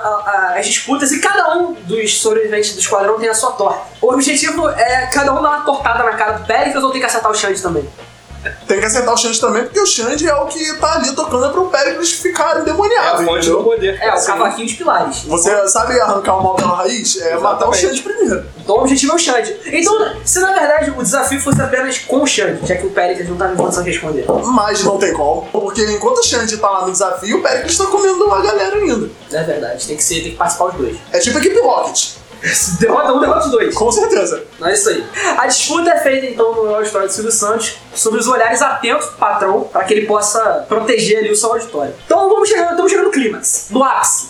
a- as disputas e cada um dos sobreviventes do esquadrão tem a sua torta. O objetivo é cada um dar uma tortada na cara do Pericles ou tem que acertar o Xande também? Tem que acertar o Xande também, porque o Xande é o que tá ali tocando pro Pericles ficar É a endemoniado. fonte do entendeu? poder. Ah, É, o Assim, cavaquinho de pilares. Você sabe arrancar o mal pela raiz? É matar o Xande primeiro. Então o objetivo é o Xande. Então, se na verdade o desafio fosse apenas com o Xande, já que o Pericles não tá em condição de responder. Mas não tem como, porque enquanto o Xande tá lá no desafio, o Pericles tá comendo uma galera ainda. É verdade, tem que ser, tem que participar os dois. É tipo equipe Rocket, Se *laughs* derrota um, derrota os dois. com certeza. Não é isso aí. A disputa é feita então no auditório do Silvio Santos sobre os olhares atentos do patrão para que ele possa proteger ali o seu auditório. Então vamos chegando, estamos chegando no clímax, no ápice.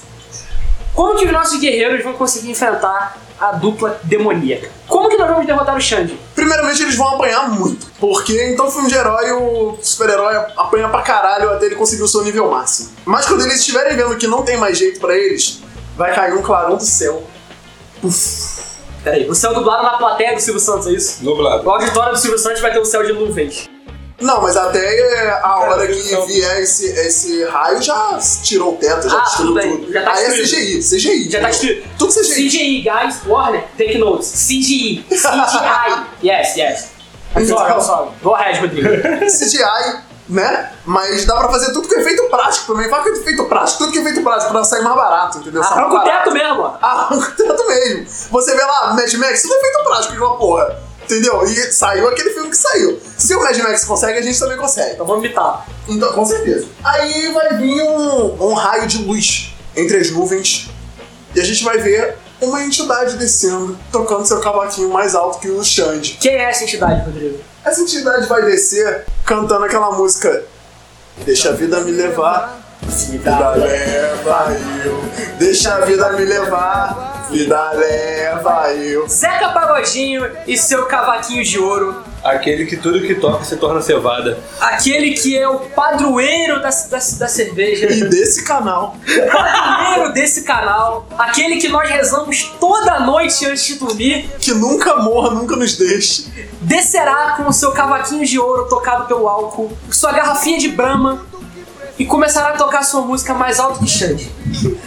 Como que os nossos guerreiros vão conseguir enfrentar a dupla demoníaca? Como que nós vamos derrotar o Xande? Primeiramente, eles vão apanhar muito. Porque então filme de herói, o super-herói apanha pra caralho até ele conseguir o seu nível máximo. Mas quando eles estiverem vendo que não tem mais jeito pra eles, vai cair um clarão do céu. Peraí, o céu dublado na plateia do Silvio Santos, é isso? Nublado. O auditório do Silvio Santos vai ter um céu de nuvens. Não, mas até a Cara, hora que do céu. vier esse, esse raio já tirou o teto, já Ah, destruiu tudo bem, tudo. já tá Aí é CGI, destruído. CGI. Já tá entendeu? escrito. Tudo CGI. CGI, guys, Warner, take notes. CGI, *laughs* CGI. yes, yes. I'm sorry, I'm sorry. Go ahead, Rodrigo. CGI, né? Mas dá pra fazer tudo com efeito prático também. Vai com efeito prático, tudo que é efeito prático pra sair mais barato, entendeu? Sai mais Arranca Ah, é o barato. teto mesmo, ó. *laughs* arranca o teto Ah, mesmo. Você vê lá, Mad Max, tudo é feito prático de uma porra. Entendeu? E saiu aquele filme que saiu. Se o Mad Max consegue, a gente também consegue. Então vamos imitar. Então, com certeza. Aí vai vir um, um raio de luz entre as nuvens. E a gente vai ver uma entidade descendo, tocando seu cavaquinho mais alto que o Xande. Quem é essa entidade, Rodrigo? Essa entidade vai descer cantando aquela música. Deixa a vida me levar. Vida leva eu. Deixa a vida me levar. Vida leva eu. Zeca Pagodinho e seu cavaquinho de ouro. Aquele que tudo que toca se torna cevada. Aquele que é o padroeiro da, da, da cerveja, *laughs* E desse canal. padroeiro desse canal, aquele que nós rezamos toda noite antes de dormir, Que nunca morra, nunca nos deixe. descerá com o seu cavaquinho de ouro tocado pelo álcool, sua garrafinha de brama e começará a tocar sua música mais alto que Xande.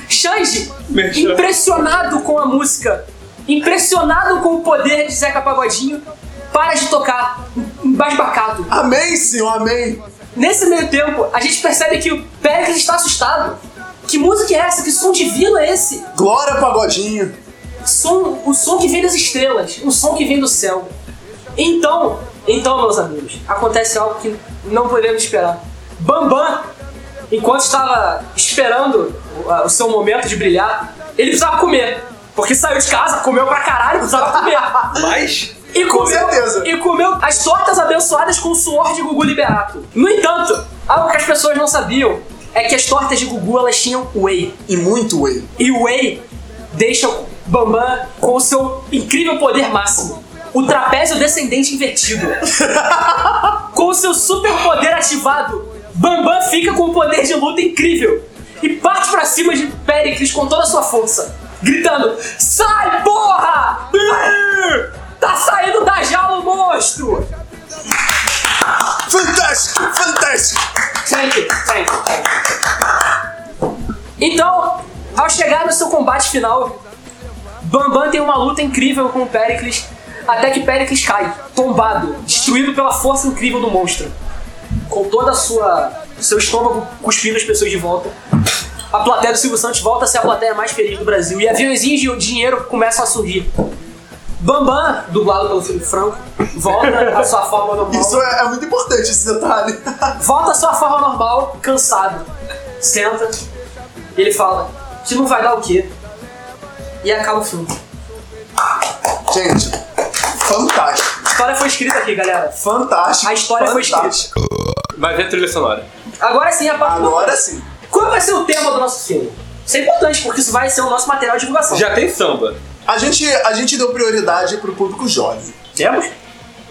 Xande, Merchan. impressionado com a música, impressionado com o poder de Zeca Pagodinho, para de tocar, embasbacado. Amém, senhor, amém. Nesse meio tempo, a gente percebe que o Pericles está assustado. Que música é essa? Que som divino é esse? Glória Pagodinho. Som, o som que vem das estrelas, o som que vem do céu. Então, então, meus amigos, acontece algo que não podemos esperar. Bambam, enquanto estava esperando o, a- o seu momento de brilhar, ele precisava comer. Porque saiu de casa, comeu pra caralho, precisava *laughs* comer. Mas. E Com comeu, certeza. E comeu as tortas abençoadas com o suor de Gugu Liberato. No entanto, algo que as pessoas não sabiam é que as tortas de Gugu elas tinham whey. E muito whey. E o whey deixa o Bambam com o seu incrível poder máximo. O trapézio descendente invertido. com o seu super poder ativado, Bambam fica com um poder de luta incrível. E parte pra cima de Pericles com toda a sua força. Gritando, sai porra! Tá saindo da jaula o monstro! Fantástico, fantástico. Thank you, thank you, thank you. Então, ao chegar no seu combate final, Bambam tem uma luta incrível com o Pericles, até que Pericles cai, tombado, destruído pela força incrível do monstro. Com toda a sua seu estômago cuspindo as pessoas de volta. A plateia do Silvio Santos volta a ser a plateia mais feliz do Brasil e aviãozinhos de dinheiro começam a surgir. Bambam, dublado pelo Felipe Franco, volta à sua forma normal Isso é, é muito importante, esse detalhe. *laughs* volta à sua forma normal, cansado. Senta, ele fala que não vai dar o quê? E acaba o filme. Gente, fantástico. A história foi escrita aqui, galera. Fantástico. A história foi fantástico. Mas é trilha sonora. Agora sim, a parte. Agora sim. Qual vai ser o tema do nosso filme? Isso é importante, porque isso vai ser o nosso material de divulgação. Já tem samba. A gente, a gente deu prioridade pro público jovem. temos?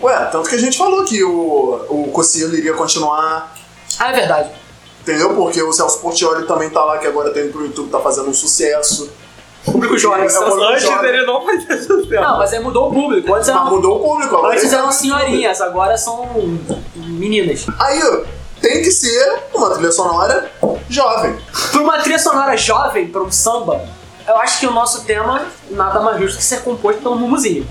Ué, tanto que a gente falou que o, o Cossiello iria continuar, Ah, é verdade. entendeu? Porque o Celso Portioli também tá lá, que agora tá indo pro YouTube, tá fazendo um sucesso. Público jovem. É uma- Antes Jovem. ele não fazia sucesso. Não, mas aí mudou o público. Antes Mas eram, mudou o público agora. antes ele tá eram no YouTube. senhorinhas, agora são meninas. Aí, ó, tem que ser uma trilha sonora jovem. Pra uma trilha sonora jovem, pra um samba, eu acho que o nosso tema nada mais justo que ser composto pelo Mumuzinho.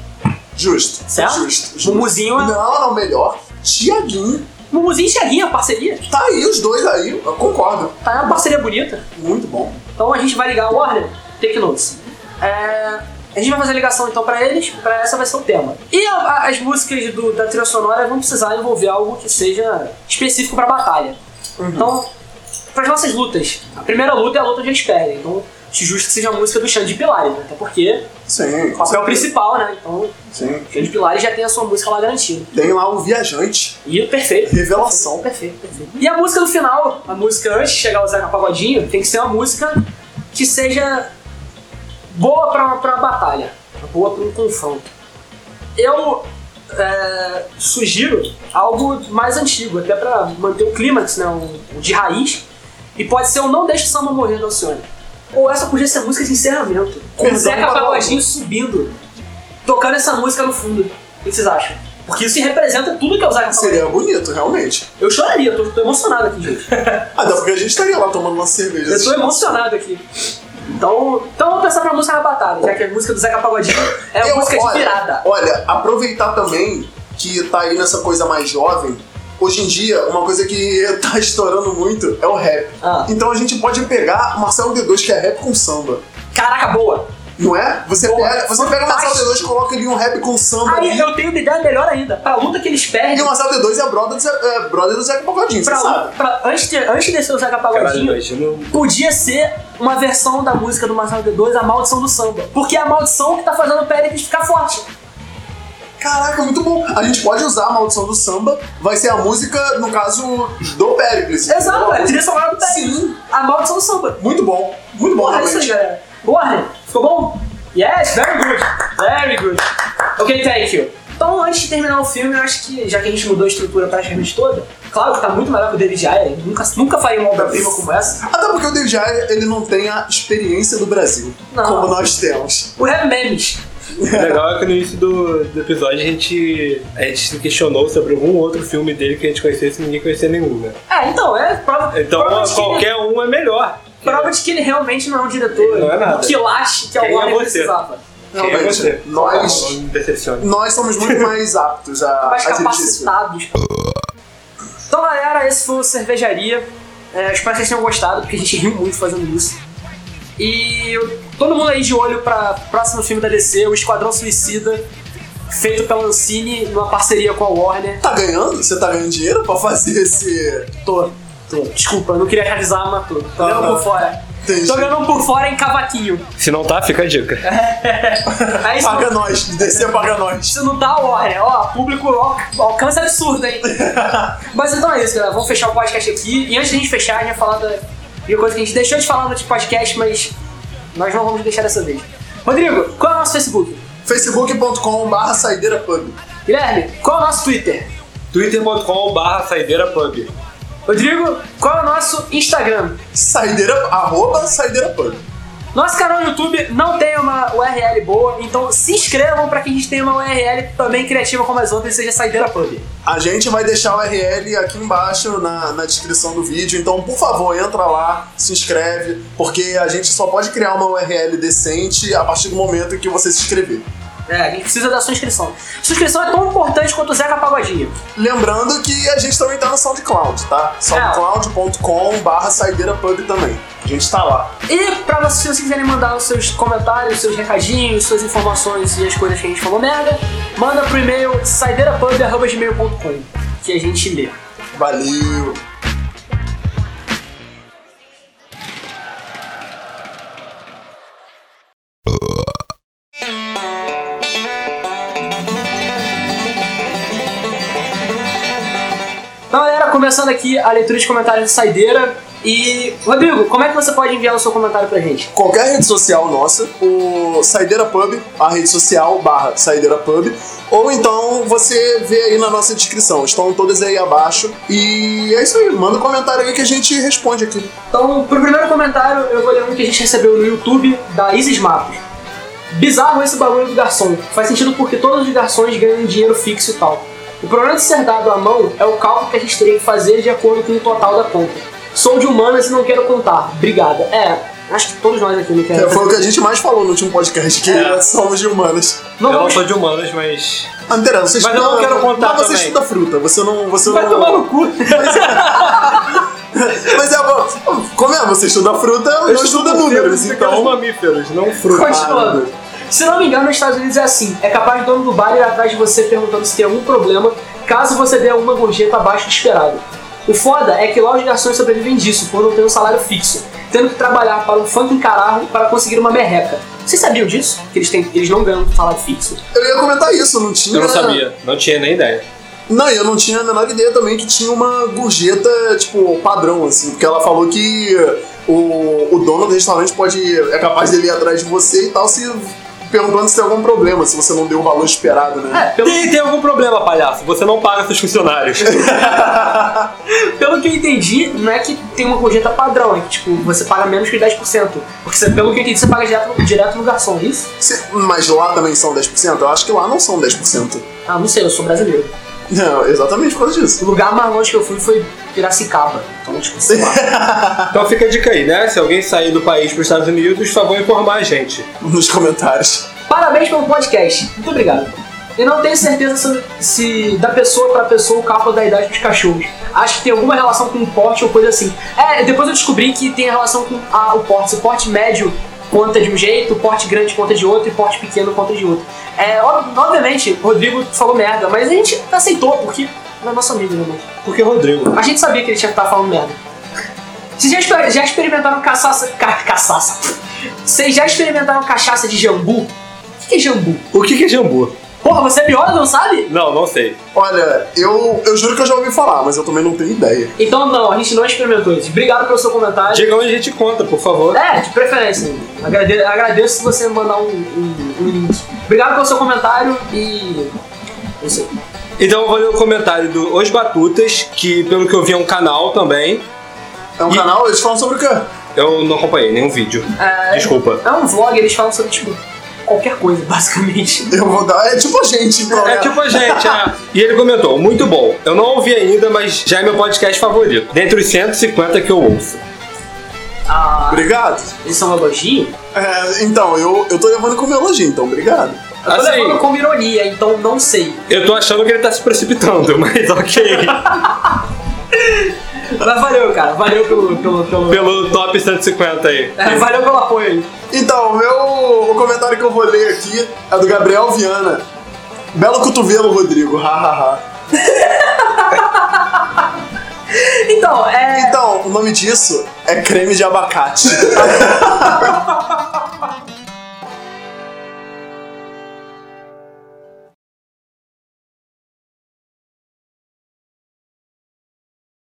Justo. Certo? Justo. justo. Mumuzinho é- Não, não, melhor. Tiaguinho Mumuzinho e Cheguinha, parceria. Tá aí os dois aí, eu concordo. Tá uma parceria bonita. Muito bom. Então a gente vai ligar a Warner, Take Notes. É, a gente vai fazer a ligação então pra eles, pra essa vai ser o tema. E a- a- as músicas do- da trilha sonora vão precisar envolver algo que seja específico pra batalha. Então, pras nossas lutas. A primeira luta é a luta onde eles perdem. Então, acho justo que seja a música do Xande Pilares, né? até porque Sim. o papel principal, né? Então, o Sim. Xande Pilares já tem a sua música lá garantida. Tem lá o Viajante. E perfeito. Revelação. Perfeito, perfeito. E a música do final, a música antes de chegar o Zeca Pagodinho, tem que ser uma música que seja boa pra, pra batalha, boa pra um confronto. Eu é, sugiro algo mais antigo, até pra manter o clímax, né, o, o de raiz, e pode ser o Não Deixe o Samba Morrer da Alcione. Ou essa podia ser música de encerramento, com o Perdão, Zeca Pagodinho. Pagodinho subindo, tocando essa música no fundo. O que vocês acham? Porque isso representa tudo que é o Zeca Pagodinho. Seria bonito, realmente. Eu choraria, eu tô, tô emocionado aqui, gente. Até Ah, porque a gente estaria lá tomando uma cerveja. Eu assim. tô assistindo. emocionado aqui. Então, então vamos pensar pra música na batalha, já que a música do Zeca Pagodinho é uma Eu- música de olha, virada. Olha, aproveitar também que tá aí nessa coisa mais jovem. Hoje em dia, uma coisa que *laughs* tá estourando muito é o rap. Ah. Então a gente pode pegar Marcelo D2, que é rap com samba. Caraca, boa! Não é? Você pega, você pega o Marcelo fantástico. D2 e coloca ali um rap com samba Aí ali. eu tenho uma ideia melhor ainda. Pra luta que eles E perdem, o Marcelo D2 é brother do, Zé- é brother do Zeca Pagodinho, você pra, sabe? pra- antes, de, antes de ser o Zeca Caralho, Pagodinho, imagina podia ser uma versão da música do Marcelo D2, A Maldição do Samba. Porque é a maldição que tá fazendo o Péricles ficar forte. Caraca, muito bom. A gente pode usar a maldição do samba, vai ser a música, no caso, do Pericles. Exato, é a trilha sonora do Péricles. Sim, A Maldição do Samba. muito bom. Muito bom, Porra, é isso aí, realmente. galera. Warren, ficou bom? Yes, very good. Very good. Ok, thank you. Então, antes de terminar o filme, eu acho que, já que a gente mudou a estrutura praticamente toda, claro que tá muito melhor que o David Ayer, nunca, nunca faria uma obra-prima como essa. Até porque o David Ayer, ele não tem a experiência do Brasil, Não. como nós temos. O Rap Memes. O *laughs* legal é que no início do, do episódio a gente, a gente se questionou sobre algum outro filme dele que a gente conhecesse e ninguém conhecia nenhum, né? É, então, é prova, Então prova, assim? de que ele, qualquer um é melhor. prova de que ele realmente não é um diretor Ele não é nada. que lache que a Quem é Warren você? precisava. Quem é Realmente, você? nós- Não me decepcione. Nós *laughs* somos muito mais aptos a, mais a dirigir esse filme. capacitados. Então, galera, esse foi o Cervejaria. É, espero que vocês tenham gostado, porque a gente riu muito fazendo isso. E eu- todo mundo aí de olho para próximo filme da DC, o Esquadrão Suicida, feito pela Ancine, numa parceria com a Warner. Tá ganhando? Você tá ganhando dinheiro pra fazer esse... Tô, tô. Desculpa, eu não queria realizar, mas tô. Tô Tá. ganhando por fora. Entendi. Tô ganhando por fora em cavaquinho. Se não tá, fica a dica. *laughs* É isso. Paga nós, descer paga nós. Isso não tá Warner, ó, público al- alcance absurdo, hein? Mas então é isso, galera. Vamos fechar o podcast aqui. E antes da gente fechar, a gente vai falar da de uma coisa que a gente deixou de falar no último podcast, mas nós não vamos deixar dessa vez. Rodrigo, qual é o nosso Facebook? facebook.com barra saideira pub. Guilherme, qual é o nosso Twitter? twitter.com barra saideira pub. Rodrigo, qual é o nosso Instagram? Saideira, arroba saideira pub. Nosso canal no YouTube não tem uma URL boa, então se inscrevam pra que a gente tenha uma URL também criativa como as outras, seja saideira pub. A gente vai deixar o URL aqui embaixo na, na descrição do vídeo, então por favor, entra lá, se inscreve, porque a gente só pode criar uma URL decente a partir do momento em que você se inscrever. É, a gente precisa da sua inscrição. Sua inscrição é tão importante quanto o Zeca Pagodinho. Lembrando que a gente também tá no SoundCloud, tá? soundcloud.com barra saideira pub também. A gente tá lá. E pra vocês, se vocês quiserem mandar os seus comentários, os seus recadinhos, suas informações e as coisas que a gente falou merda, manda pro e-mail saideirapub.gmail.com que a gente lê. Valeu! Então, galera, começando aqui a leitura de comentários do Saideira. E, Rodrigo, como é que você pode enviar o seu comentário pra gente? qualquer rede social nossa, o Saideira Pub, a rede social barra Saideira Pub, ou então você vê aí na nossa descrição, estão todas aí abaixo. E é isso aí, manda um comentário aí que a gente responde aqui. Então, pro primeiro comentário, eu vou ler um que a gente recebeu no YouTube da Isis Matos. Bizarro esse bagulho do garçom. Faz sentido porque todos os garçons ganham dinheiro fixo e tal. O problema de ser dado à mão é o cálculo que a gente teria que fazer de acordo com o total da conta. Sou de humanas e não quero contar. Obrigada. É, Acho que todos nós aqui não É, queremos. foi o que a gente mais falou no último podcast, que É. somos de humanas. Não eu não vamos sou de humanas, mas. Ah, não interessa, você Mas eu não quero contar Mas você também. estuda fruta, você não. Você Vai não... tomar no cu. Mas é bom. Como é? Você estuda fruta, eu, estudo números, pequenos então. mamíferos, não frutas. Continuando. Se não me engano, nos Estados Unidos é assim. É capaz do dono do bar ir atrás de você perguntando se tem algum problema, caso você dê alguma gorjeta abaixo do esperado. O foda é que lojas de ações sobrevivem disso, por não ter um salário fixo, tendo que trabalhar para um fucking caralho para conseguir uma merreca. Vocês sabiam disso? Que eles, têm, eles não ganham salário fixo. Eu ia comentar isso, não tinha. Eu não sabia, não tinha nem ideia. Não, e eu não tinha a menor ideia também que tinha uma gorjeta, tipo, padrão, assim, porque ela falou que o, o dono do restaurante pode. é capaz dele ir atrás de você e tal, se perguntando se tem algum problema, se você não deu o valor esperado, né? É, pelo, Tem, tem algum problema, palhaço? Você não paga seus *laughs* funcionários. pelo que eu entendi, não é que tem uma gorjeta padrão, é que tipo, você paga menos que 10%. Porque você- pelo que eu entendi, você paga direto, direto no garçom, é isso? Se- mas lá também são 10%? Eu acho que lá não são 10%. Ah, não sei, eu sou brasileiro. Não, exatamente por causa disso. *laughs* O lugar mais longe que eu fui foi Piracicaba. Então, tipo, sei lá. então fica a dica aí, né? Se alguém sair do país para os Estados Unidos, só vão informar a gente. Nos comentários. Parabéns pelo podcast. Muito obrigado. Eu não tenho certeza se, se da pessoa pra pessoa o cálculo da idade dos cachorros. Acho que tem alguma relação com o porte ou coisa assim. É, depois eu descobri que tem relação com a- o porte. Se o porte médio conta de um jeito, o porte grande conta de outro e o porte pequeno conta de outro. É, ob- obviamente, o Rodrigo falou merda, mas a gente aceitou porque não é nosso amigo, né, mano? Porque Rodrigo. A gente sabia que ele tinha que estar falando merda. Vocês já, exper- já experimentaram caçaça. Ca, caçaça. Vocês já experimentaram cachaça de jambu? O que que é jambu? O que que é jambu? Porra, você é biólogo, não sabe? Não, não sei. Olha, eu, eu juro que eu já ouvi falar, mas eu também não tenho ideia. Então não, a gente não experimentou isso. Obrigado pelo seu comentário. Diga onde a gente conta, por favor. É, de preferência. Agrade- agradeço se você mandar um, um- um link. Obrigado pelo seu comentário e. Não sei. Então eu vou ler o comentário do Os Batutas, que pelo que eu vi é um canal também. É um E- canal, eles falam sobre o quê? Eu não acompanhei nenhum vídeo. Desculpa. É um vlog, eles falam sobre, tipo, qualquer coisa, basicamente. *laughs* Eu vou dar. É tipo a gente, então. É tipo a gente, é. E ele comentou, muito bom. Eu não ouvi ainda, mas já é meu podcast favorito. Dentre os 150 que eu ouço. Ah, Obrigado. eles são um elogio? É, então, eu, eu tô levando como elogio, então, obrigado. Eu tô Assim, levando como ironia, então não sei. eu tô achando que ele tá se precipitando, *laughs* mas ok. Mas valeu, cara. Valeu pelo. pelo, pelo- Pelo top 150 aí. É, valeu pelo apoio aí. Então, o meu o comentário que eu vou ler aqui é do Gabriel Viana. Belo cotovelo, Rodrigo, hahaha. Então, é. é Então, o nome disso é creme de abacate.